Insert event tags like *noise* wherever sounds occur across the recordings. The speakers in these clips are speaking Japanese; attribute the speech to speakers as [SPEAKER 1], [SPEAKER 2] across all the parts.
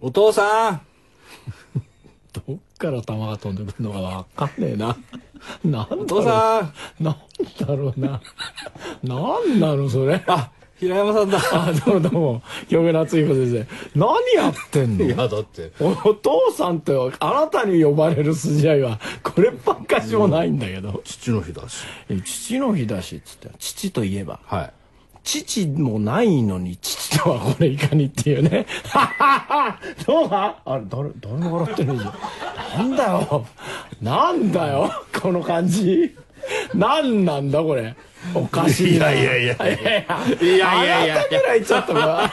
[SPEAKER 1] お父さん
[SPEAKER 2] どっから弾が飛んでくるのかわかんねえ *laughs* な。なんだろう。
[SPEAKER 1] お父さん
[SPEAKER 2] なんだろうな。なんなのそれ。
[SPEAKER 1] あ、平山さんだ。
[SPEAKER 2] *laughs* あ、どうもどうも。よくなついこ先生。何やってんの
[SPEAKER 1] いや、だって。
[SPEAKER 2] おお父さんとあなたに呼ばれる筋合いはこればっかしもないんだけど、
[SPEAKER 1] 父の日だし。
[SPEAKER 2] え父の日だしっつって父といえば
[SPEAKER 1] はい。
[SPEAKER 2] 父もないのに父とはこれいかにっていうね *laughs* どうかあれ誰誰も笑ってないじゃんなんだよなんだよこの感じなんなんだこれおかしいない
[SPEAKER 1] やいやいや
[SPEAKER 2] いやいや
[SPEAKER 1] いやいやいや
[SPEAKER 2] あなたぐらいちょっといや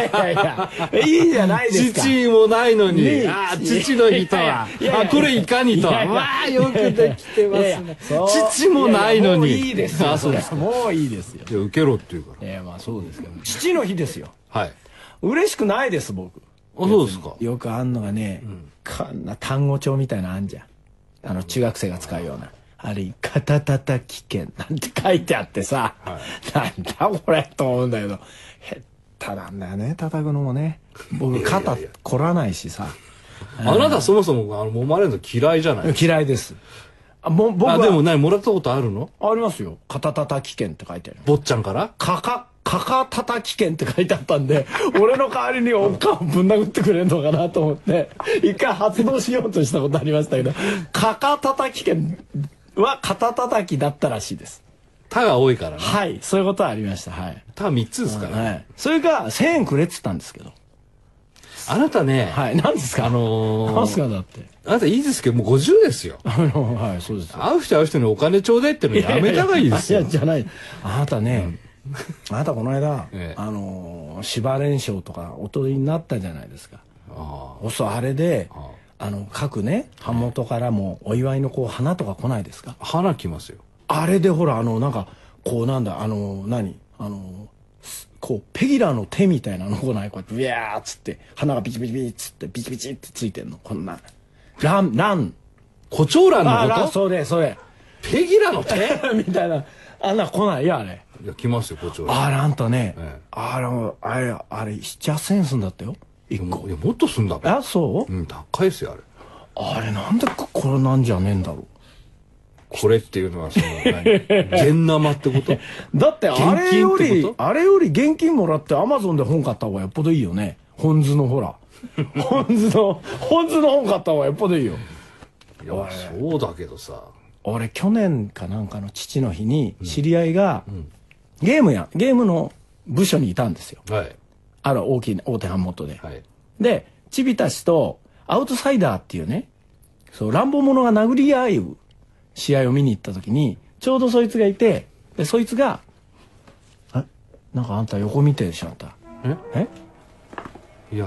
[SPEAKER 2] いやいやいいじゃないですか
[SPEAKER 1] 父もないのに、
[SPEAKER 2] ねえ
[SPEAKER 1] あ父の日とは、
[SPEAKER 2] いやいやいやいや
[SPEAKER 1] あ、これいかにとは、
[SPEAKER 2] いやいや
[SPEAKER 1] わあ、よくできてます
[SPEAKER 2] い
[SPEAKER 1] ね。
[SPEAKER 2] やいやそう
[SPEAKER 1] 父もないのに。
[SPEAKER 2] ややもういいですよ
[SPEAKER 1] あ、そう
[SPEAKER 2] そ
[SPEAKER 1] で
[SPEAKER 2] れ
[SPEAKER 1] す
[SPEAKER 2] はもういいですよ
[SPEAKER 1] いや、受けろって言うか
[SPEAKER 2] ええまあそうですけど父の日ですよ
[SPEAKER 1] ら。はい。
[SPEAKER 2] 嬉しくないです僕
[SPEAKER 1] あ、そうですか。
[SPEAKER 2] よくあんのがね、こんな単語帳みたいなのあんじゃんあの中学生が使うようなあれ「肩たたき券」なんて書いてあってさ、なんだこれと思うんだけどへったなんだよね叩くのもね僕肩凝らないしさ
[SPEAKER 1] あなたそもそも、あの、揉まれるの嫌いじゃない。
[SPEAKER 2] 嫌いですあもう僕は
[SPEAKER 1] あ、でも何、もらったことあるの
[SPEAKER 2] ありますよ「肩たたき券」って書いてある
[SPEAKER 1] 坊っちゃんから
[SPEAKER 2] かか、かかたたき券って書いてあったんで、俺の代わりにおっかんをぶん殴ってくれるのかなと思って、一回発動しようとしたことありましたけど、かかたたき券は肩たたきだったらしいです。
[SPEAKER 1] 他が多いからね。
[SPEAKER 2] はい、そういうことはありました。はい。
[SPEAKER 1] 他3つですからね。
[SPEAKER 2] はい。それが1000円くれって言ったんですけど。
[SPEAKER 1] あなたね、
[SPEAKER 2] はい。何ですか
[SPEAKER 1] あのー
[SPEAKER 2] 何すかだって。
[SPEAKER 1] あなたいいですけど、もう50ですよ。
[SPEAKER 2] あの、はい、そうです。
[SPEAKER 1] 会う人会う人にお金ちょうだいってのやめた方がいいです
[SPEAKER 2] い
[SPEAKER 1] よ。
[SPEAKER 2] や、じゃない。あなたね、あなたこの間、
[SPEAKER 1] ええ
[SPEAKER 2] あのー、芝連勝とかおとりになったじゃないですか。
[SPEAKER 1] あ
[SPEAKER 2] おそあれで
[SPEAKER 1] あ
[SPEAKER 2] あの各ね版元からもお祝いのこう花とか来ないですか
[SPEAKER 1] あ花来ますよ。
[SPEAKER 2] あれでほらあのなんかこうなんだあの何あのすこうペギラの手みたいなの来ないこうやってビャーっつって花がビチビチビチっつってビチビチってついてんのこんなランラン
[SPEAKER 1] 胡蝶蘭
[SPEAKER 2] あーラ
[SPEAKER 1] のこ
[SPEAKER 2] ン
[SPEAKER 1] と
[SPEAKER 2] それそれ
[SPEAKER 1] ペギラの手
[SPEAKER 2] *laughs* みたいなあんな来ないよあれ
[SPEAKER 1] いや、来ますよ、胡蝶蘭。
[SPEAKER 2] あれあんたね、
[SPEAKER 1] ええ
[SPEAKER 2] あれあれあれ7000円すんだったよ
[SPEAKER 1] いやもいやもっとすんだもん。
[SPEAKER 2] あそう、
[SPEAKER 1] うん、高いですよ、あれ。
[SPEAKER 2] あれなんでこれなんじゃねえんだろう
[SPEAKER 1] これっていうの *laughs* は、その、何現生って *laughs* こと
[SPEAKER 2] だってあれよ
[SPEAKER 1] 現金って
[SPEAKER 2] り
[SPEAKER 1] こ
[SPEAKER 2] あれより現金もらってアマゾンで本買った方がよっぽどいいよね本図の
[SPEAKER 1] *laughs*
[SPEAKER 2] ほら本図の本図の本買った方がよっぽどいいよ
[SPEAKER 1] いや、そうだけどさ。
[SPEAKER 2] 俺去年かなんかの父の日に知り合いが、ゲームやゲームの部署にいたんですよ
[SPEAKER 1] はい。
[SPEAKER 2] ある大きい大手版元で、
[SPEAKER 1] はい。
[SPEAKER 2] でチビたちとアウトサイダーっていうねそう乱暴者が殴り合う試合を見に行った時にちょうどそいつがいてでそいつが「えなんかあんた横見てるでしょあんた
[SPEAKER 1] え
[SPEAKER 2] え
[SPEAKER 1] いや。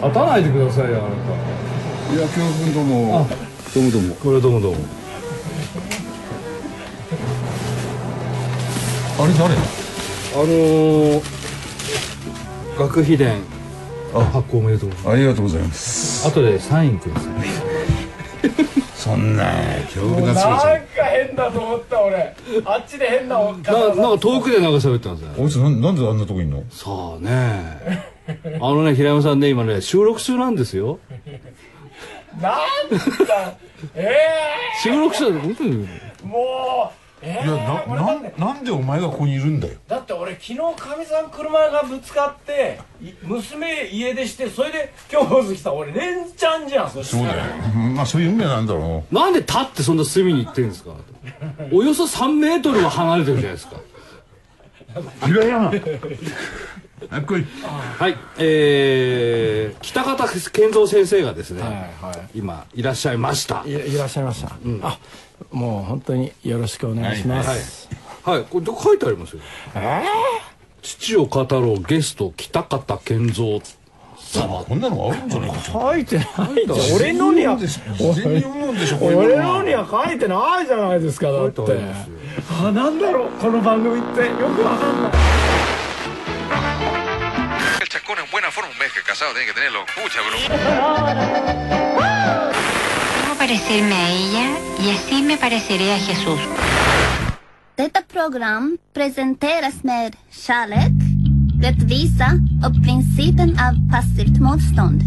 [SPEAKER 1] 立たないでくださいよ、あなた。
[SPEAKER 3] いや、京君どうも。どうもどうも。
[SPEAKER 1] これどうもどうも。
[SPEAKER 3] あれ誰
[SPEAKER 1] あのー、学費伝発行おめでとうございま
[SPEAKER 3] ありがとうございます。
[SPEAKER 1] す。後でサインください。
[SPEAKER 3] そんな、京君
[SPEAKER 2] なん
[SPEAKER 3] 夏子
[SPEAKER 2] か
[SPEAKER 3] さん。
[SPEAKER 2] 変だと思った俺あっちで変な
[SPEAKER 1] ななんか遠くでなんか喋ってますね。
[SPEAKER 3] おいつ、なんなんであんなとこいんの
[SPEAKER 1] さあね。
[SPEAKER 2] *laughs*
[SPEAKER 1] あのね、平山さんね、今ね、収録中なんですよ。
[SPEAKER 2] なんだえ
[SPEAKER 1] 収録中だ本当に。
[SPEAKER 2] えもうえ
[SPEAKER 3] いや、な、なん、なんでお前がここにいるんだよ。
[SPEAKER 2] だって俺昨日かみさん車がぶつかってい娘家出してそれで今日大月さん俺レンチャンじゃんそし
[SPEAKER 3] そう
[SPEAKER 2] たら
[SPEAKER 3] だよ。まあ、そういう運命なんだろ
[SPEAKER 1] なんで立ってそんな隅に行ってるんですかおよそ3メートルは離れてるじゃないですか。
[SPEAKER 3] う。平山。あ、こい。
[SPEAKER 1] はい、えー、北方健三先生がですね、
[SPEAKER 2] はいは
[SPEAKER 1] 今いらっしゃいました。
[SPEAKER 2] いいらっしゃいました、あもう本当によろしくお願いします、
[SPEAKER 1] はい、これどこ書いてありますよ。父を語ろうゲスト北方健三様。
[SPEAKER 3] こんなのあるんじゃないか。
[SPEAKER 2] 書いてないじゃん俺のには
[SPEAKER 3] 自然に読むんでしょ、こういう
[SPEAKER 2] 俺
[SPEAKER 3] の
[SPEAKER 2] の
[SPEAKER 3] は
[SPEAKER 2] には書いてないじゃないですかだって
[SPEAKER 1] 書いてありますよ
[SPEAKER 2] あなんだろうこの番組ってよくわかんない
[SPEAKER 4] El chascón en buena forma, un mes que casado tiene que tenerlo. Pucha, bro.
[SPEAKER 5] Debo parecerme a ella y así me pareceré a Jesús. Detta program presenteras med kärlek, rättvisa och principen av passivt motstånd.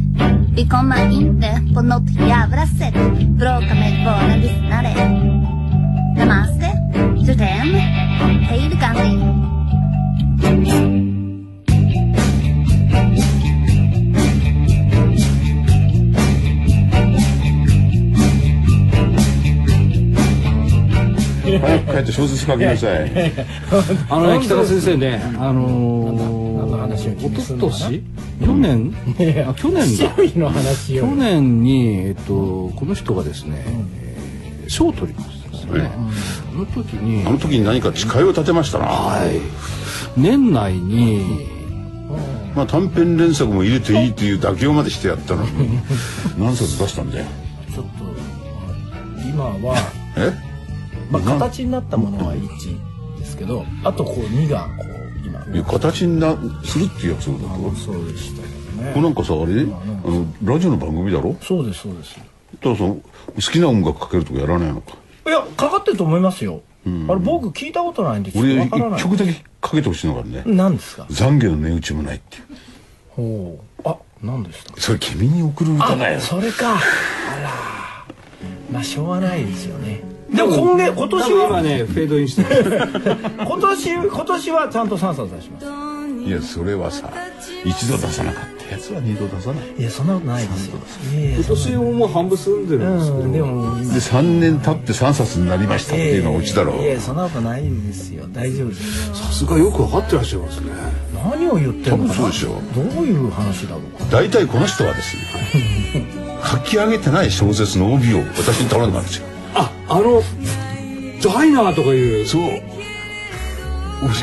[SPEAKER 5] Vi kommer inte på något jävla sätt bråka med våra lyssnare. Namaste, Jodem, Hej Gandhi.
[SPEAKER 3] 早く帰って小説書きなさい。
[SPEAKER 1] あのね北川先生ねあの
[SPEAKER 2] なんだ何の話を
[SPEAKER 1] ー
[SPEAKER 2] 気に
[SPEAKER 1] お
[SPEAKER 2] す
[SPEAKER 1] と
[SPEAKER 2] んの
[SPEAKER 1] と
[SPEAKER 2] かな
[SPEAKER 1] し去年あ去年 *laughs* だ
[SPEAKER 2] 周囲の話
[SPEAKER 1] 去
[SPEAKER 2] を
[SPEAKER 1] 年に、えっと、この人がですね、えー賞を取りましたよね、あの時に、
[SPEAKER 3] あの時に何か誓いを立てましたな。
[SPEAKER 1] 年内に
[SPEAKER 3] まあ短編連作も入れていいという妥協までしてやったの *laughs* に何冊出したんだよ
[SPEAKER 2] ちょっと今は。
[SPEAKER 3] え
[SPEAKER 2] まあ、形になったものは1ですけどあとこう2がこう今
[SPEAKER 3] いや形になするっていう約束だと
[SPEAKER 2] そうでしたけど
[SPEAKER 3] これ
[SPEAKER 2] ね
[SPEAKER 3] なんかさあれねあのラジオの番組だろ
[SPEAKER 2] そうですそうです
[SPEAKER 3] ただその好きな音楽かけるとかやらないのか
[SPEAKER 2] いやかかってると思いますよあれ僕聞いたことないんでちょっ
[SPEAKER 3] 俺
[SPEAKER 2] と
[SPEAKER 3] 一
[SPEAKER 2] わからない
[SPEAKER 3] 曲だけかけてほしいのがあるね
[SPEAKER 2] 何ですか
[SPEAKER 3] 懺悔の値打ちもないっていう
[SPEAKER 2] ほうあ何でした
[SPEAKER 3] それ君に送る歌だよ
[SPEAKER 2] それかあらまあしょうがないですよねでも今月今年
[SPEAKER 1] 今
[SPEAKER 2] は
[SPEAKER 1] ねフェードインしてる
[SPEAKER 2] 今年今年はちゃんと3冊出します
[SPEAKER 3] いやそれはさ一度出さなかったやつは二度出さない
[SPEAKER 2] いやそんなことないですよいやいや
[SPEAKER 1] 今年ももう半分済んでるんです
[SPEAKER 2] うん
[SPEAKER 1] け
[SPEAKER 2] で
[SPEAKER 1] ど、
[SPEAKER 2] も
[SPEAKER 3] で3年経って3冊になりましたっていうのはオチだろ
[SPEAKER 2] いやいやそんなことないですよ大丈夫です
[SPEAKER 1] さすがよく分かってらっしゃいますね
[SPEAKER 2] 何を言ってるのかな
[SPEAKER 3] 多分そう
[SPEAKER 2] どういう話だろうか
[SPEAKER 3] 大体この人はですね書き上げてない小説の帯を私に頼んだんですよ
[SPEAKER 1] ああのジャイナーとかいう
[SPEAKER 3] そう俺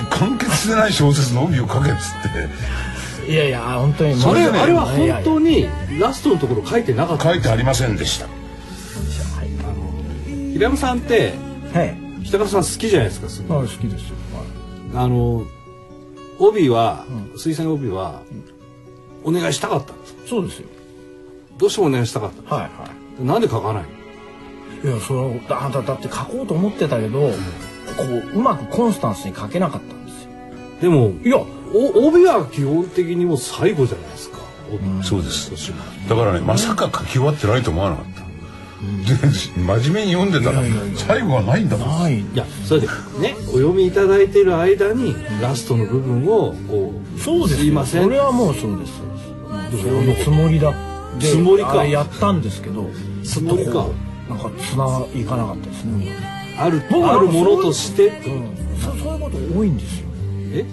[SPEAKER 3] 完結してない小説の帯を書けっつって
[SPEAKER 2] いやいや本当に
[SPEAKER 1] あれ
[SPEAKER 2] 申し訳ない
[SPEAKER 1] あれは本当にラストのところ書いてなかった
[SPEAKER 3] 書いてありませんでした
[SPEAKER 1] 平山さんって
[SPEAKER 2] はい
[SPEAKER 1] 北川さん好きじゃないですかすごい
[SPEAKER 2] まあ好きですよ、
[SPEAKER 1] あの帯は、水彩の帯は、お願いしたかったんです
[SPEAKER 2] そうですよ
[SPEAKER 1] どうしてもお願いしたかった
[SPEAKER 2] はいは
[SPEAKER 1] なんで書かない
[SPEAKER 2] いいやそれはあだだって書こうと思ってたけど、こううまくコンスタンスに書けなかったんですよ
[SPEAKER 1] でも
[SPEAKER 2] いや
[SPEAKER 1] お帯は基本的にもう最後じゃないですか帯
[SPEAKER 3] そうですだからねまさか書き終わってないと思わなかったで真面目に読んでたら最後はないんだもん
[SPEAKER 2] ない
[SPEAKER 1] いやそれでねお読みいただいている間にラストの部分をこう
[SPEAKER 2] そうです
[SPEAKER 1] いません
[SPEAKER 2] それはもうそうですそういうつもりだで
[SPEAKER 1] つもりか
[SPEAKER 2] あれやったんですけど
[SPEAKER 1] つもりか
[SPEAKER 2] なんかつないかなかったですね、
[SPEAKER 1] ある
[SPEAKER 2] 僕は
[SPEAKER 1] あるものとして
[SPEAKER 2] うん、そそういうこと多いんですよ
[SPEAKER 1] え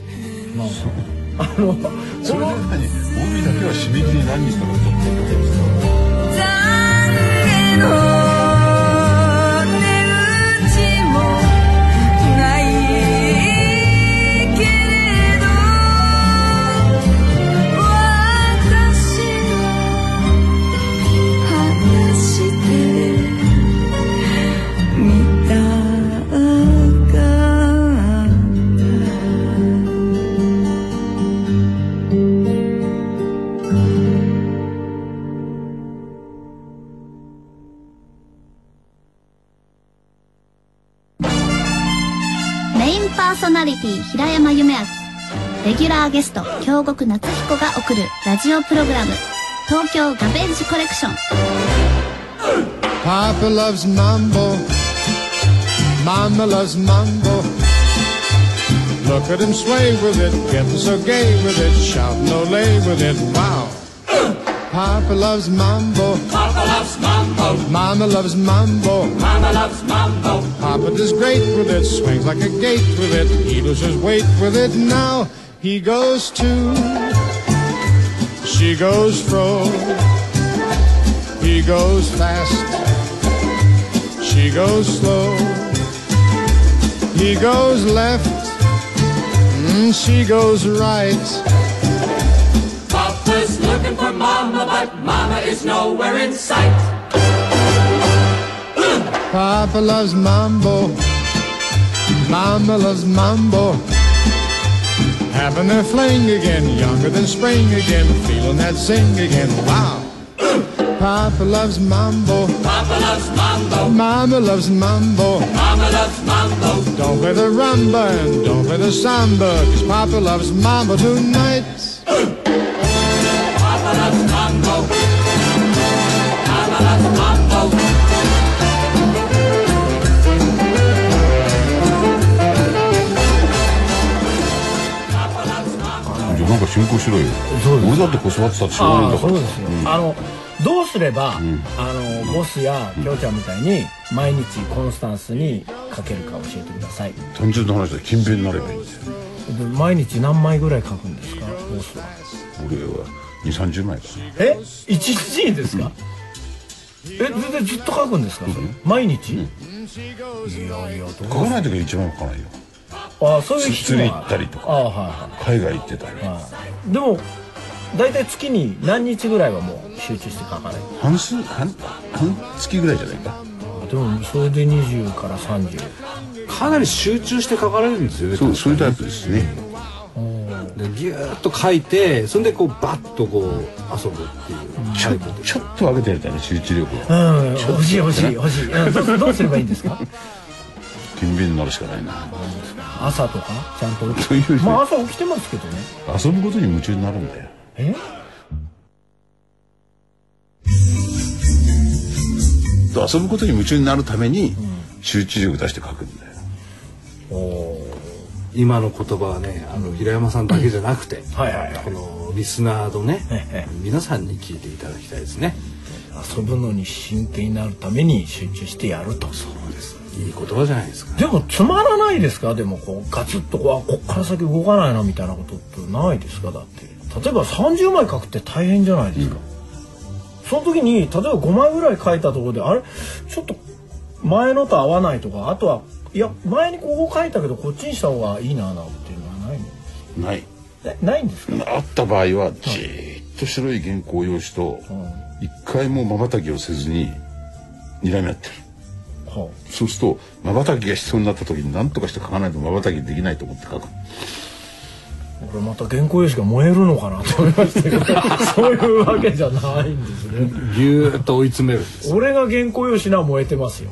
[SPEAKER 3] それで何帯だけは締め切り何日とか取って
[SPEAKER 5] メインパーソナリティ平山夢明レギュラーゲスト京極夏彦が送るラジオプログラム東京ガベージコレクション
[SPEAKER 6] Papa loves mambo. Mama loves mambo. Look at him sway with it, getting so gay with it, shouting ole with it, wow. Papa loves mambo. Papa loves mambo. Mama loves mambo. Mama loves mambo. Papa does great with it, swings like a gate with it. He loses weight with it, now he goes to. She goes fro. He goes fast. She goes slow. He goes left. Mm, she goes right.
[SPEAKER 7] Papa's looking for Mama, but Mama is nowhere in sight.
[SPEAKER 6] Papa loves mambo. Mama loves mambo. Having their fling again, younger than spring again, feeling that zing again. Wow. Papa loves mambo.
[SPEAKER 7] Papa loves Mambo,
[SPEAKER 6] Mama loves mambo.
[SPEAKER 7] Mama loves Mambo.
[SPEAKER 6] Don't play the rumba and don't play the samba, 'cause Papa loves mama tonight.
[SPEAKER 3] じゃあなんか進行しろよ
[SPEAKER 2] そうです
[SPEAKER 3] 俺だってこう座ってたってしょうが
[SPEAKER 2] あ
[SPEAKER 3] ないん
[SPEAKER 2] あ
[SPEAKER 3] だか
[SPEAKER 2] そう
[SPEAKER 3] ら
[SPEAKER 2] ですよ、あのどうすれば、あのボスやきょうちゃんみたいに毎日コンスタンスに書けるか教えてください
[SPEAKER 3] 単純な話で勤勉になればいいんだよ
[SPEAKER 2] で毎日何枚ぐらい書くんですかボスは
[SPEAKER 3] 俺は2三3 0枚だ
[SPEAKER 2] え一日にですか、え全然ずっと書くんですか、それ毎日、いやいやどう
[SPEAKER 3] 書かない時は一枚も書かないよ
[SPEAKER 2] ああそういう日
[SPEAKER 3] 釣り
[SPEAKER 2] も
[SPEAKER 3] 行ったりとか
[SPEAKER 2] ああはいはい
[SPEAKER 3] 海外行ってたり
[SPEAKER 2] でも大体月に何日ぐらいはもう集中して書かない
[SPEAKER 3] 半数半半月ぐらいじゃないか
[SPEAKER 2] でもそれで20から30
[SPEAKER 1] かなり集中して書かれるんですよね
[SPEAKER 3] そうそういうタイプですね
[SPEAKER 1] でギューッと書いてそんでこうバッとこう遊ぶっていうタイプで
[SPEAKER 3] ちょっと分けてるため集中力 *laughs*
[SPEAKER 2] う
[SPEAKER 3] を
[SPEAKER 2] ん欲しい欲しい欲しいうんどうどうすればいいんですか *laughs*
[SPEAKER 3] 勤勉になるしかないな
[SPEAKER 2] 朝とかちゃんと起き
[SPEAKER 3] というより
[SPEAKER 2] まあ朝起きてますけどね
[SPEAKER 3] 遊ぶことに夢中になるんだよ
[SPEAKER 2] え
[SPEAKER 3] 遊ぶことに夢中になるために集中力出して書くんだよ
[SPEAKER 1] 今の言葉はねあの平山さんだけじゃなくて、
[SPEAKER 2] はいはいはい
[SPEAKER 1] このリスナーのね、
[SPEAKER 2] ええ
[SPEAKER 1] 皆さんに聞いていただきたいですね
[SPEAKER 2] 遊ぶのに真剣になるために集中してやると
[SPEAKER 1] そうですいい言葉じゃないですか
[SPEAKER 2] でもつまらないですかでもこうガツッとこうあこっから先動かないなみたいなことってないですかだって例えば30枚書くって大変じゃないですか、その時に例えば5枚ぐらい書いたところであれちょっと前のと合わないとかあとはいや前にここ書いたけどこっちにした方がいいななんていうのはないの
[SPEAKER 3] ない
[SPEAKER 2] えないんですか
[SPEAKER 3] あった場合はじーっと白い原稿用紙と一回もまばたきをせずに睨み合ってる
[SPEAKER 2] は
[SPEAKER 3] そうするとまばたきが必要になった時に何とかして書かないとまばたきできないと思って書く
[SPEAKER 2] あ、俺また原稿用紙が燃えるのかなと思いましたけど *laughs* そういうわけじゃないんですね
[SPEAKER 1] ぎゅーっと追い詰めるんです
[SPEAKER 2] 俺が原稿用紙な燃えてますよ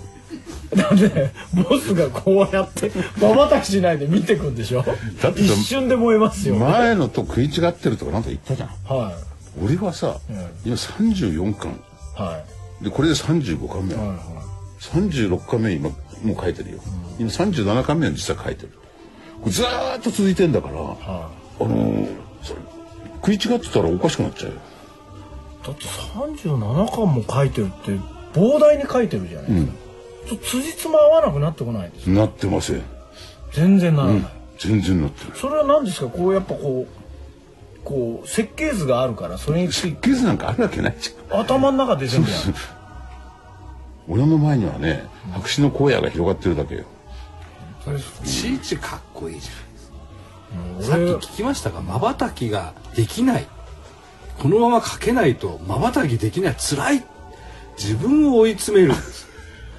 [SPEAKER 2] だってボスがこうやってまばたきしないで見てくんでしょ
[SPEAKER 3] だって
[SPEAKER 2] 一瞬で燃えますよ、
[SPEAKER 3] 前のと食い違ってるとかなんとか言ったじゃん
[SPEAKER 2] は
[SPEAKER 3] 俺はさ今34巻
[SPEAKER 2] いはい
[SPEAKER 3] でこれで35巻目、
[SPEAKER 2] はいは
[SPEAKER 3] 36巻目今もう書いてるよ、今37巻目は実は書いてるこれずーっと続いてんだから、あのーそれ食い違ってたらおかしくなっちゃうよ
[SPEAKER 2] いだって37巻も書いてるって膨大に書いてるじゃないですか、ちょっと辻褄合わなくなってこないです
[SPEAKER 3] なってません
[SPEAKER 2] 全然ならない、
[SPEAKER 3] 全然なってない
[SPEAKER 2] それは何ですかこうやっぱこうこう設計図があるからそれについ
[SPEAKER 3] 設計図なんかあるわけないじゃん
[SPEAKER 2] 頭の中で全部や
[SPEAKER 3] *laughs*
[SPEAKER 2] る
[SPEAKER 3] 俺の前にはね白紙の荒野が広がってるだ
[SPEAKER 2] *laughs*
[SPEAKER 3] けよ
[SPEAKER 1] いちいちかっこいいじゃない
[SPEAKER 2] 俺
[SPEAKER 1] さっき聞きましたがまばたきができないこのまま書けないとまばたきできない辛い自分を追い詰めるんです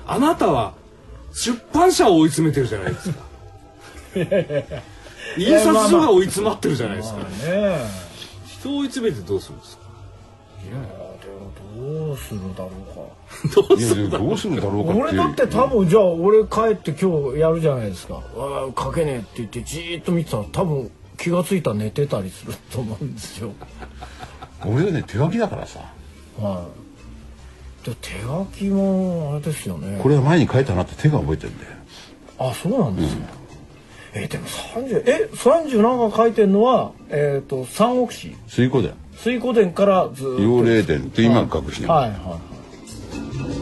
[SPEAKER 1] あなたは出版社を追い詰めてるじゃないですか印刷所が追い詰まってるじゃないですか、
[SPEAKER 2] ねえ
[SPEAKER 1] 人を追い詰めてどうするんですか
[SPEAKER 2] どうするだろうか
[SPEAKER 3] いやいやどうするんだろうかっていう
[SPEAKER 2] 俺だって多分じゃあ俺帰って今日やるじゃないですか「ああ書けねえ」って言ってじーっと見てたら多分気がついたら寝てたりすると思うんですよ。
[SPEAKER 3] 俺はね手書きだからさ
[SPEAKER 2] はい、で手書きもあれですよね
[SPEAKER 3] これは前に書いたなって手が覚えてんだよ
[SPEAKER 2] あそうなんですね、えでも30え三37が書いてるのは、えー、と三国志
[SPEAKER 3] 水湖伝
[SPEAKER 2] 水湖伝からずーっと
[SPEAKER 3] 幼霊伝って今書くしね、
[SPEAKER 2] はいはいはい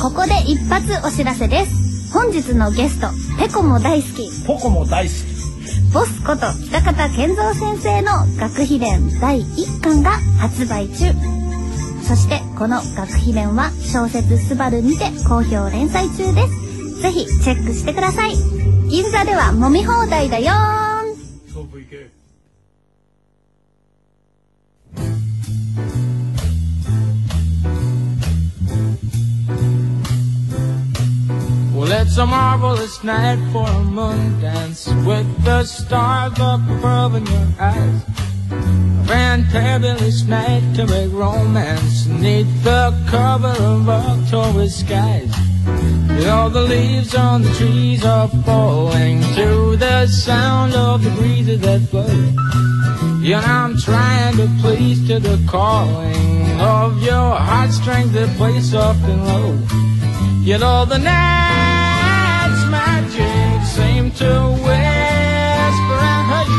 [SPEAKER 5] ここで一発お知らせです本日のゲストペコも大好き
[SPEAKER 2] ポコも大好き
[SPEAKER 5] ボスこと北方健三先生の学秘伝第1巻が発売中そしてこの学秘伝は小説「スバルにて好評連載中ですぜひチェックしてください銀座では揉み放題だよーん
[SPEAKER 8] Well, it's a marvelous night for a moon dance with the stars up above in your eyes.
[SPEAKER 1] fantabulous night to make romance neath the cover of October skies. All the leaves on the trees are falling to the sound of the breezes that blow. Yeah, I'm trying to please to the calling of your heartstrings that play soft and low. You know the night's magic seem to whisper and hush.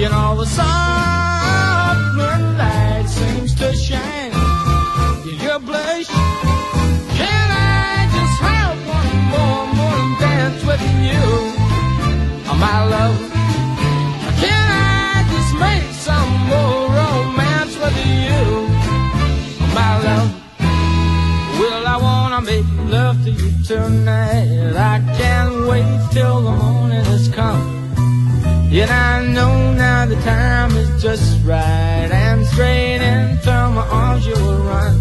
[SPEAKER 1] You know the soft moonlight seems to shine in your blush. Can I just have one more morning dance with you, oh, my love? Can I just make some more romance with you, oh, my love? Well, I wanna make love to you tonight. I can't wait till the morning has come. Yet I know now the time is just right And straight into my arms you will run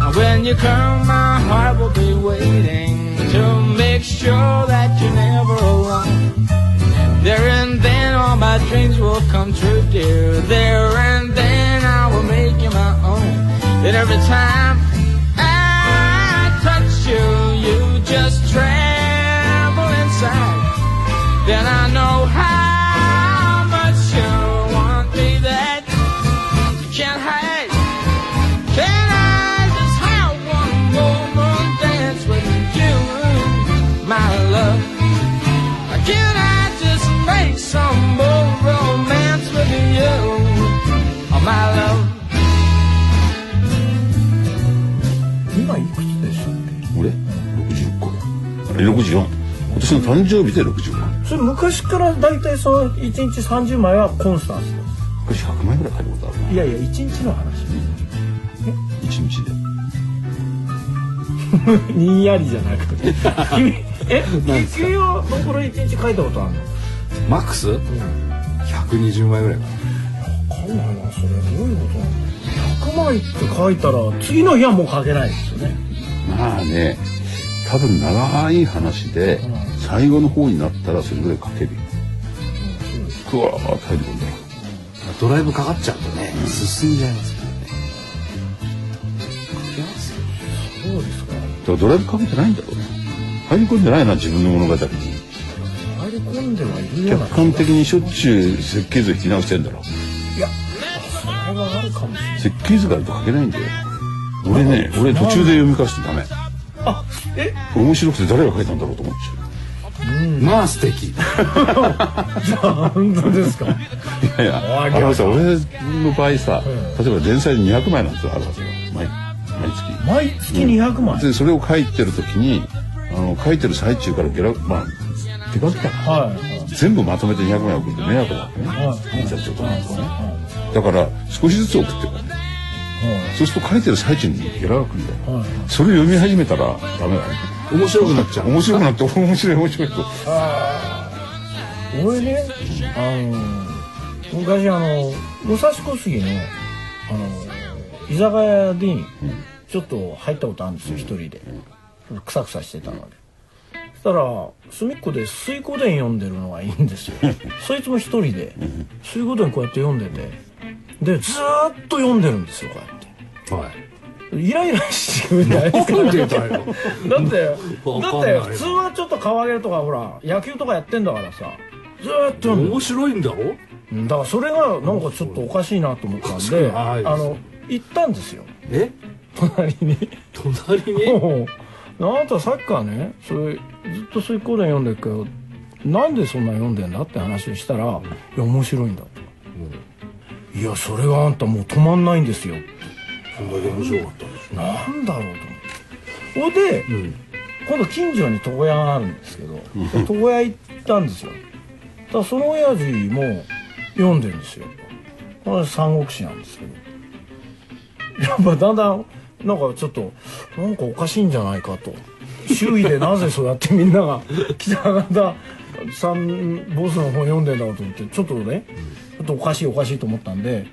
[SPEAKER 1] And when you come my heart will be waiting To make sure that you're never alone There and then all my dreams will come true dear There and then I will make you my own And every time I touch you You just tremble inside then I know how much you want me that you can't hide. Can I just have one more, more dance with you, my love? Can I just make some more romance with you, oh, my love?
[SPEAKER 2] 今いくつでしたっ
[SPEAKER 3] 俺60個あれ64今年の誕生日で64
[SPEAKER 2] けそれ昔から大体その1日30枚はコンスタンス
[SPEAKER 3] 昔100枚ぐらい買えることあるない
[SPEAKER 2] やいや1日の話
[SPEAKER 3] 一日で
[SPEAKER 2] *laughs* にんやりじゃなくて *laughs* 君え君はこれ1日書いたことあるの
[SPEAKER 9] マックス、120枚ぐらいかな
[SPEAKER 2] わかんないなそれどういうことなの100枚って書いたら次の日はもう書けないですよね
[SPEAKER 3] まあね多分長い話で最後の方になったらそれぐらい書けるよくわーって入ってくんだよ
[SPEAKER 9] ドライブかかっちゃうとね進んじゃいますからね書けますよ
[SPEAKER 2] そうですか
[SPEAKER 3] だからドライブかけてないんだろうね入り込んでないな自分の物語に
[SPEAKER 2] 入り込んではいるような
[SPEAKER 3] 客観的にしょっちゅう設計図を引き直してんだろ
[SPEAKER 2] それはあるかもしれない
[SPEAKER 3] 設計図があると書けないんだよ俺ね俺途中で読み返してダメ
[SPEAKER 2] あえ *laughs*
[SPEAKER 3] 面白くて誰が書いたんだろうと思っち
[SPEAKER 9] まあ素敵
[SPEAKER 2] 本当ですか
[SPEAKER 3] ゃういやいや
[SPEAKER 2] あ
[SPEAKER 3] あ
[SPEAKER 2] りがとう
[SPEAKER 3] のさ俺の場合さ例えば連載で200枚なんてあるはずよ毎毎月
[SPEAKER 2] 毎月200枚、
[SPEAKER 3] でそれを書いてる時にあの書いてる最中からゲラまあ手書きだから
[SPEAKER 2] はい
[SPEAKER 3] 全部まとめて200枚送ると迷惑だわけね印刷所となんかねだから少しずつ送ってくるそうすると書いてる最中にゲラが来るんだよそれ読み始めたらダメだね
[SPEAKER 9] 面白くなっちゃう
[SPEAKER 3] 面白くなって面白い面白い
[SPEAKER 9] *laughs*
[SPEAKER 3] と
[SPEAKER 2] 俺ねあの昔あの武蔵小杉のあの居酒屋にちょっと入ったことあるんですよ一人でクサクサしてたのでそしたら隅っこで「水滸伝」読んでるのがいいん
[SPEAKER 9] *laughs*
[SPEAKER 2] ですよそいつも一人で「水滸伝」こうやって読んでてでずーっと読んでるんですよこうやって。
[SPEAKER 9] はい
[SPEAKER 2] イライラしてるんじゃないですか
[SPEAKER 9] なんでだよ
[SPEAKER 2] だってだ
[SPEAKER 9] わかん
[SPEAKER 2] っ
[SPEAKER 9] ない
[SPEAKER 2] て普通はちょっと顔上げとかほら野球とかやってんだからさずーっと読んで
[SPEAKER 9] 面白いんだろ
[SPEAKER 2] だからそれがなんかちょっとおかしいなと思った
[SPEAKER 9] おか
[SPEAKER 2] んであ
[SPEAKER 9] しくないです
[SPEAKER 2] の行ったんですよ
[SPEAKER 9] え
[SPEAKER 2] 隣に
[SPEAKER 9] 隣に
[SPEAKER 2] もうあなたさっきからねそれずっと水光伝読んでるけどなんでそんな読んでんだって話したら「いや面白いんだ」と「いやそれがあんたもう止まんないんですよ」
[SPEAKER 9] こんだけ面白かったんでし
[SPEAKER 2] なんだろうと思ってほいで、今度近所に床屋があるんですけど床屋行ったんですよただその親父も読んでるんですよこれ三国志なんですけどやっぱだんだんなんかちょっとなんかおかしいんじゃないかと周囲でなぜそうやってみんなが北方さんボスの本読んでんだろうと思ってちょっとねちょっとおかしいおかしいと思ったんで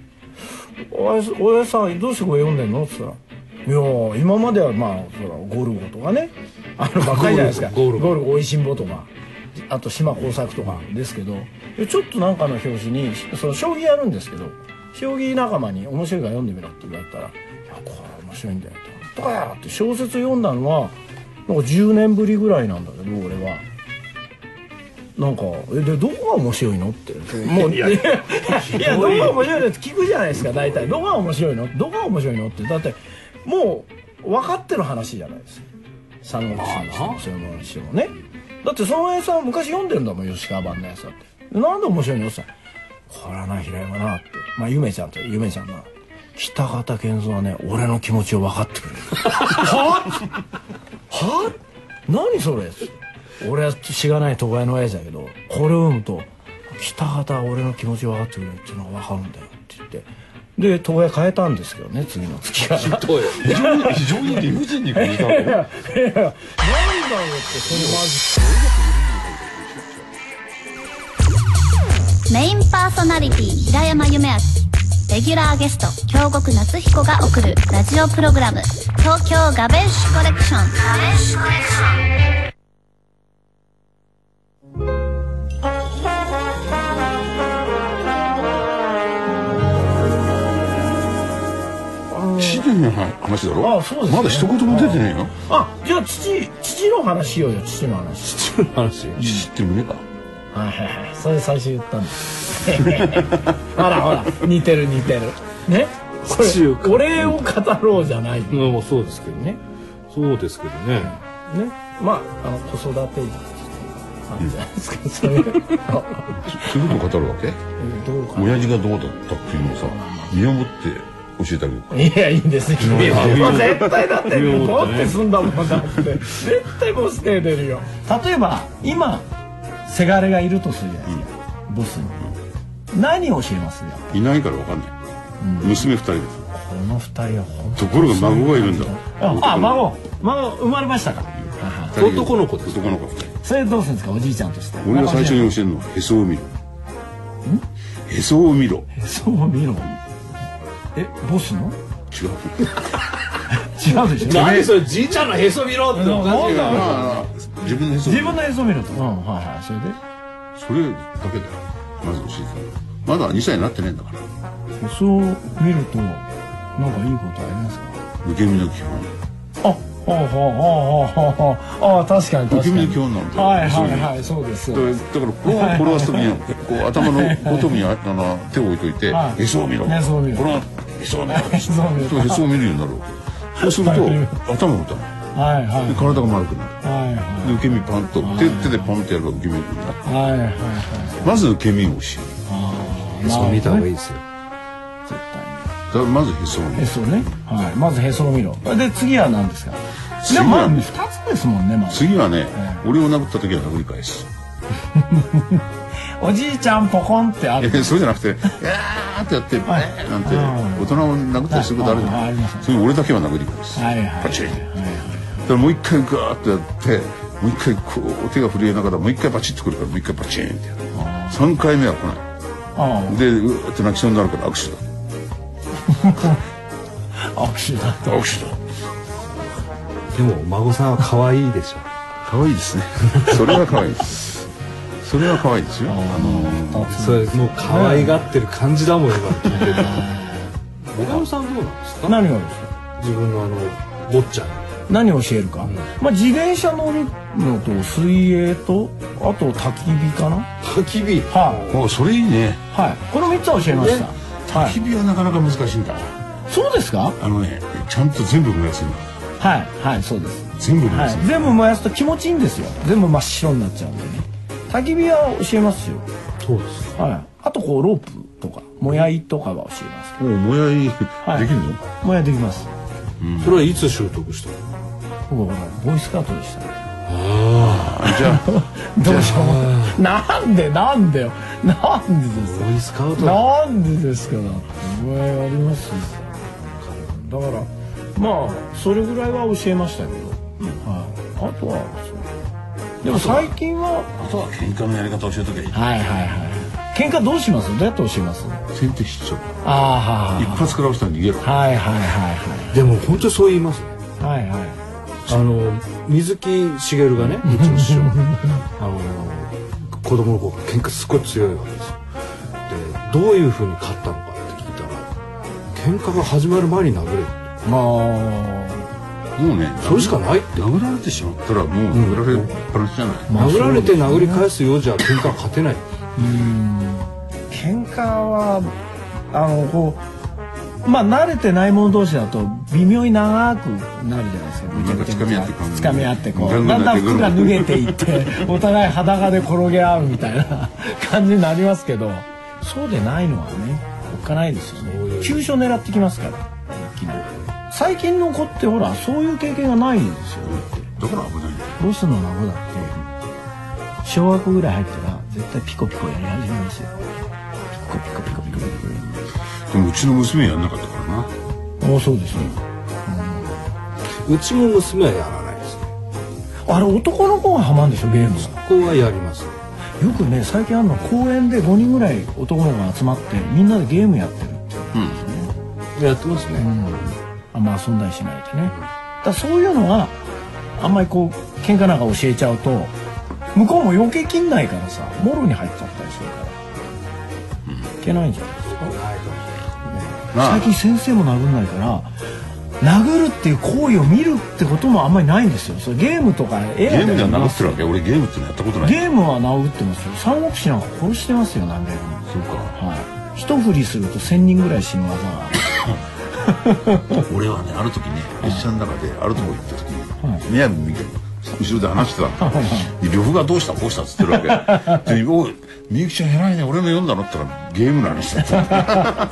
[SPEAKER 2] おやじおやじさんどうしてこれ読んでんの?」っつったら「いやー今まではまあそらゴルゴとかねあのばっかりじゃないですか
[SPEAKER 9] ゴルゴゴルゴ
[SPEAKER 2] ゴルゴおいしんぼとかあと島耕作とかですけどでちょっとなんかの表紙にその将棋やるんですけど将棋仲間に「面白いから読んでみろ」って言われたら「いやこれ面白いんだよ」と「どうや」って小説読んだのはなんか10年ぶりぐらいなんだけど俺は。なんか「えでどこが面白いの?」っても *laughs* ういやいやどこが面白いのって聞くじゃないですか大体「どこが面白いの?」「どこが面白いの?」ってだってもう分かってる話じゃないですか佐野さんにしてもそういうものにしてもねだってその辺さん昔読んでるんだもん吉川版のやつだってでなんで面白いのって言ったらこれはな平山な」ってまあゆめちゃんとゆめちゃんな北方健三はね俺の気持ちを分かってくれるはは何それっつって俺はしがない都会の親父だけどこれを読むと北方は俺の気持ちを分かってくれるっていうのが分かるんだよって言ってで東映変えたんですけどね次の月からい
[SPEAKER 3] 非常に非常に理不尽に感じたの
[SPEAKER 2] やいや何だろうってそれマジ
[SPEAKER 5] メインパーソナリティ平山夢明レギュラーゲスト京極夏彦が送るラジオプログラム「東京ガベッシュコレクション」
[SPEAKER 3] *laughs* 知念の話だろ
[SPEAKER 2] あそうですね
[SPEAKER 3] まだ一言も出てないよ
[SPEAKER 2] あじゃあ父父の話しようよ父の話
[SPEAKER 1] そういう *laughs* 話
[SPEAKER 3] 知って胸か
[SPEAKER 2] はいはいはいそれ最初言ったんです *laughs* ほらほら似てる似てるねこ
[SPEAKER 1] 父を
[SPEAKER 2] れ俺を語ろうじゃないね
[SPEAKER 1] うんもうそうですけどねそうですけどね
[SPEAKER 2] まああの子育てあるじゃないですかそういう *laughs* あ
[SPEAKER 3] そういうことを語るわけ
[SPEAKER 2] どうか
[SPEAKER 3] 親父がどうだったっていうのをさ身をもって教えてあげる
[SPEAKER 2] いやいいんですよもう絶対だって
[SPEAKER 1] いや思
[SPEAKER 2] 持
[SPEAKER 1] った
[SPEAKER 2] っ
[SPEAKER 1] ね
[SPEAKER 2] て済んだもんだって絶対ボス手出るよ例えば今せがれがいるとするじゃないですか、ボスに何を教えますよ
[SPEAKER 3] いないからわかんない娘二人で
[SPEAKER 2] この二人は本
[SPEAKER 3] すところが孫がいるんだ
[SPEAKER 2] 当にああ孫孫生まれましたか
[SPEAKER 1] 男の子です
[SPEAKER 3] 男の子二人
[SPEAKER 2] それどうするんですかおじいちゃんとして
[SPEAKER 3] 俺が最初に教えるのはへそを見ろへそを見ろ
[SPEAKER 2] そう見ろえボスの
[SPEAKER 3] 違う
[SPEAKER 2] 違うでしょ
[SPEAKER 1] 何それじいちゃんのへそ見ろって
[SPEAKER 2] なんだなんだ
[SPEAKER 3] 自分のへそを
[SPEAKER 2] 自
[SPEAKER 3] 見ろ
[SPEAKER 2] 分の映像見るとうんはいはいそれで
[SPEAKER 3] それだけだよまず教えてまだ2歳になってないんだから
[SPEAKER 2] そう見るとなんかいいことありますか
[SPEAKER 3] 受け身の基本
[SPEAKER 2] あ、ほうほうほうほうほうほう。あ、確かに確かに。
[SPEAKER 3] 受け身の基本なんだよ
[SPEAKER 2] はいはいはい、そうです。
[SPEAKER 3] だからだからこう転がす時にこう頭の後にああの手を置いといて
[SPEAKER 2] はい
[SPEAKER 3] へそを見ろ
[SPEAKER 2] へそを見ろ
[SPEAKER 3] これはへそを見ろ
[SPEAKER 2] へそを見ろ
[SPEAKER 3] そうへそを見るようになるわけそうすると
[SPEAKER 2] はい
[SPEAKER 3] 頭を打たない
[SPEAKER 2] はいはい
[SPEAKER 3] で体が丸くなる
[SPEAKER 2] はい
[SPEAKER 3] で受け身パンと手手でパンってやれば受け身になる
[SPEAKER 2] はいはいはい。
[SPEAKER 3] まず受け身を教え
[SPEAKER 1] へ
[SPEAKER 3] る
[SPEAKER 1] そ見た方がいいですよ
[SPEAKER 3] だからまずへそを見
[SPEAKER 2] へ
[SPEAKER 3] る
[SPEAKER 2] そね。はい。まずへそを見ろ。で次は何ですか。
[SPEAKER 3] 次
[SPEAKER 2] で
[SPEAKER 3] は
[SPEAKER 2] もまあ二つですもんね。まあ
[SPEAKER 3] 次はね俺を殴った時は殴り返す
[SPEAKER 2] おじいちゃんポコンってあ
[SPEAKER 3] い
[SPEAKER 2] る。
[SPEAKER 3] やそうじゃなく
[SPEAKER 2] *laughs*
[SPEAKER 3] て「あーってやって「
[SPEAKER 2] はい
[SPEAKER 3] なんて大人を殴ったりすることあるじゃ
[SPEAKER 2] はい
[SPEAKER 3] な
[SPEAKER 2] あ
[SPEAKER 3] い
[SPEAKER 2] りますね
[SPEAKER 3] それ俺だけは殴り返す
[SPEAKER 2] はいはい
[SPEAKER 3] パチンだからもう一回ガーッとやってもう一回こう手が震えながらもう一回バチッとくるからもう一回バチンってやる3回目は来な
[SPEAKER 2] あ
[SPEAKER 3] いでうーって泣きそうになるから握手
[SPEAKER 2] あ、握手だ。
[SPEAKER 3] だ握手だ
[SPEAKER 1] でもお孫さんは可愛いでしょ
[SPEAKER 3] 可愛い
[SPEAKER 2] *laughs*
[SPEAKER 3] ですねそれは可愛いですそれは可愛いですよあの
[SPEAKER 1] それもう可愛がってる感じだ
[SPEAKER 9] *laughs*
[SPEAKER 1] もん今聞いてた小山さんどうなんですか
[SPEAKER 2] 何がですか。
[SPEAKER 1] 自分のあの坊ちゃん
[SPEAKER 2] 何を教えるか。まあ自転車乗るのと水泳とあと焚き火かな。
[SPEAKER 1] 焚き火
[SPEAKER 2] はい
[SPEAKER 3] おそれいいね
[SPEAKER 2] はい。この三つは教えました。は
[SPEAKER 3] 日
[SPEAKER 2] い。
[SPEAKER 3] 々はなかなか難しいんだ
[SPEAKER 2] そうですか。
[SPEAKER 3] あのねちゃんと全部燃やすんだ
[SPEAKER 2] はいはいそうです、
[SPEAKER 3] 全部燃
[SPEAKER 2] は
[SPEAKER 3] やす
[SPEAKER 2] い、全部燃やすと気持ちいいんですよ全部真っ白になっちゃうんでね焚き火は教えますよ
[SPEAKER 1] そうです
[SPEAKER 2] はいあとこうロープとかもやいとかは教えます
[SPEAKER 3] もうもやいで
[SPEAKER 2] はい
[SPEAKER 3] きるの
[SPEAKER 2] もやできます
[SPEAKER 1] それはいつ習得したの
[SPEAKER 2] 僕はボーイスカートでしたね
[SPEAKER 3] じゃあ
[SPEAKER 2] *laughs* どうしようもないなんでなんでよなんでです
[SPEAKER 1] ボーイスカウトだ
[SPEAKER 2] なんでですかなお前ありますよだからまあそれぐらいは教えましたけど、はい、あとはそうでも最近は
[SPEAKER 3] あとは喧嘩のやり方を教えとけばいい
[SPEAKER 2] はいはいはい喧嘩どうしますどうやって教えます
[SPEAKER 3] 先手必勝
[SPEAKER 2] あ
[SPEAKER 3] 一発食らう人は逃げろ
[SPEAKER 2] あはいはいはい
[SPEAKER 1] でも本当そう言いますね
[SPEAKER 2] はいはいはいはい
[SPEAKER 1] *laughs* あの水木しげるがねうちの師匠あの子供の頃から喧嘩すっごい強いわけですよでどういうふうに勝ったのかって聞いたら喧嘩が始まる前に殴れ
[SPEAKER 2] あ
[SPEAKER 3] もうね
[SPEAKER 1] それしかないって
[SPEAKER 3] 殴られてしまったらもう殴られっぱなしじゃない、
[SPEAKER 2] まあ
[SPEAKER 1] 殴られて殴り返すようじゃ喧嘩は勝てない
[SPEAKER 2] 喧嘩はあのこうまあ慣れてない者同士だと微妙に長くなるじゃないですか。
[SPEAKER 3] なんか掴み合ってこう
[SPEAKER 2] つかみ合ってこう
[SPEAKER 3] ガン
[SPEAKER 2] だ
[SPEAKER 3] ガン
[SPEAKER 2] んだん服が脱げ
[SPEAKER 3] ガンガ
[SPEAKER 2] てい
[SPEAKER 3] *laughs*
[SPEAKER 2] ってお互い裸で転げ合うみたいな感じになりますけど、そうでないのはねおっかないですよね。急所狙ってきますから。一気に最近の子ってほらそういう経験がないんですよ。
[SPEAKER 3] だから危ないんだよ
[SPEAKER 2] ボスの孫だって小学校ぐらい入ったら絶対ピコピコやり始めるんですよピコピコピコピコピ
[SPEAKER 3] でもうちの娘やんなかったからな
[SPEAKER 2] コあそうですね
[SPEAKER 1] うちも娘はやらないですね
[SPEAKER 2] あれ男の子がハマるんでしょゲームが
[SPEAKER 1] ここはやりますね
[SPEAKER 2] よくね最近あるの公園で5人ぐらい男の子が集まってみんなでゲームやってるっていう
[SPEAKER 1] やってますね
[SPEAKER 2] あんま遊んだりしないでねだからそういうのがあんまりこう喧嘩なんか教えちゃうと向こうも余計切んないからさもろに入っちゃったりするから、いけないんじゃないですか
[SPEAKER 3] ま
[SPEAKER 2] 最
[SPEAKER 3] あ
[SPEAKER 2] 近先生も殴んないから殴るっていう行為を見るってこともあんまりないんですよそれゲームとか映
[SPEAKER 3] ゲ
[SPEAKER 2] 画
[SPEAKER 3] ームでは
[SPEAKER 2] やり
[SPEAKER 3] 殴
[SPEAKER 2] ま
[SPEAKER 3] って
[SPEAKER 2] す
[SPEAKER 3] るわけ俺ゲームってのやったことない
[SPEAKER 2] ゲームは殴ってますよ三国志なんか殺してますよ何百人
[SPEAKER 3] そうか
[SPEAKER 2] はい一振りすると千人ぐらい死ぬ技が
[SPEAKER 3] *laughs*
[SPEAKER 2] ある
[SPEAKER 3] 俺はねある時ね列車の中であるとこ行った時に宮城見て後ろで話してたので呂布がどうしたこうしたっつってるわ *laughs* けで「おいみゆきちゃん偉いね俺の読んだの?」って言ったら「ゲームの話だった」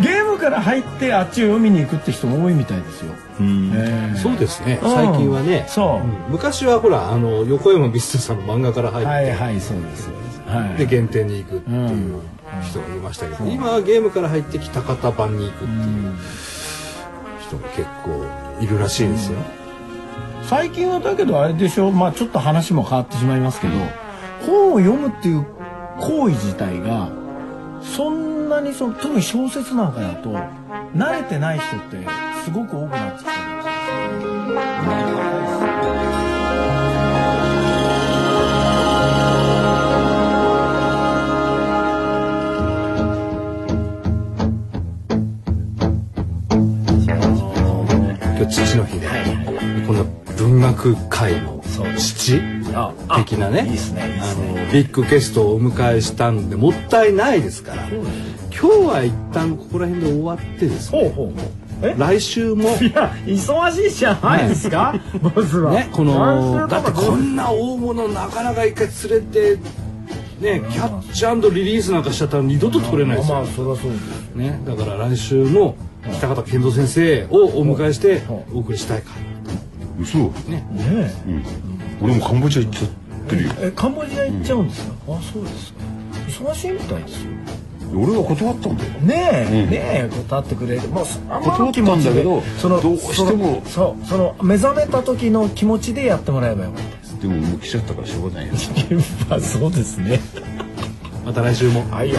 [SPEAKER 2] ゲームから入ってあっちを読みに行くって人も多いみたいですよええ
[SPEAKER 1] そうですね
[SPEAKER 2] うん
[SPEAKER 1] 最近はね
[SPEAKER 2] そうん
[SPEAKER 1] 昔はほらあの横山ビスさんの漫画から入
[SPEAKER 2] はい
[SPEAKER 1] っ
[SPEAKER 2] はいそうですそうですは
[SPEAKER 1] てで
[SPEAKER 2] い
[SPEAKER 1] 限定に行くっていう人がいましたけど今はゲームから入ってきた方版に行くっていう人が結構いるらしいですよ
[SPEAKER 2] 最近はだけどあれでしょまあちょっと話も変わってしまいますけど本を読むっていう行為自体がそんなにその特に小説なんかだと慣れてない人ってすごく多くなってきてる
[SPEAKER 1] 今日父の日でこんな文学界の父的なねあのビッグゲストをお迎えしたんでもったいないですから今日は一旦ここら辺で終わってですね
[SPEAKER 2] ほうほうほうえ
[SPEAKER 1] 来週も
[SPEAKER 2] いや忙しいじゃないですかボスは
[SPEAKER 1] ね、こ
[SPEAKER 2] 男
[SPEAKER 1] の
[SPEAKER 2] 性と
[SPEAKER 1] だ
[SPEAKER 2] か
[SPEAKER 1] ってこんな大物なかなか一回連れてねキャッチリリースなんかしちゃったら二度と取れないです
[SPEAKER 2] ま
[SPEAKER 1] よ
[SPEAKER 2] あ、そりゃそうですよ
[SPEAKER 1] ね、だから来週も北方健三先生をお迎えして
[SPEAKER 2] はい
[SPEAKER 1] お送りしたいか
[SPEAKER 3] *laughs* 嘘
[SPEAKER 2] ね
[SPEAKER 3] 俺もカンボジア行っちゃってるよ
[SPEAKER 2] ええカンボジア行っちゃうんですか、あそうですか忙しいみたいですよ
[SPEAKER 3] 俺は断ったんだよ
[SPEAKER 2] ねえ、
[SPEAKER 3] う
[SPEAKER 2] ね
[SPEAKER 3] ん
[SPEAKER 2] え断ってくれるもうそ
[SPEAKER 3] 断ったんだけど
[SPEAKER 2] その
[SPEAKER 3] どうしても
[SPEAKER 2] そのそうその目覚めた時の気持ちでやってもらえばよかった
[SPEAKER 3] で *laughs* ももう来ちゃったからしょうがないよ
[SPEAKER 2] ですそうですね
[SPEAKER 1] らまた来週も。
[SPEAKER 2] はいよ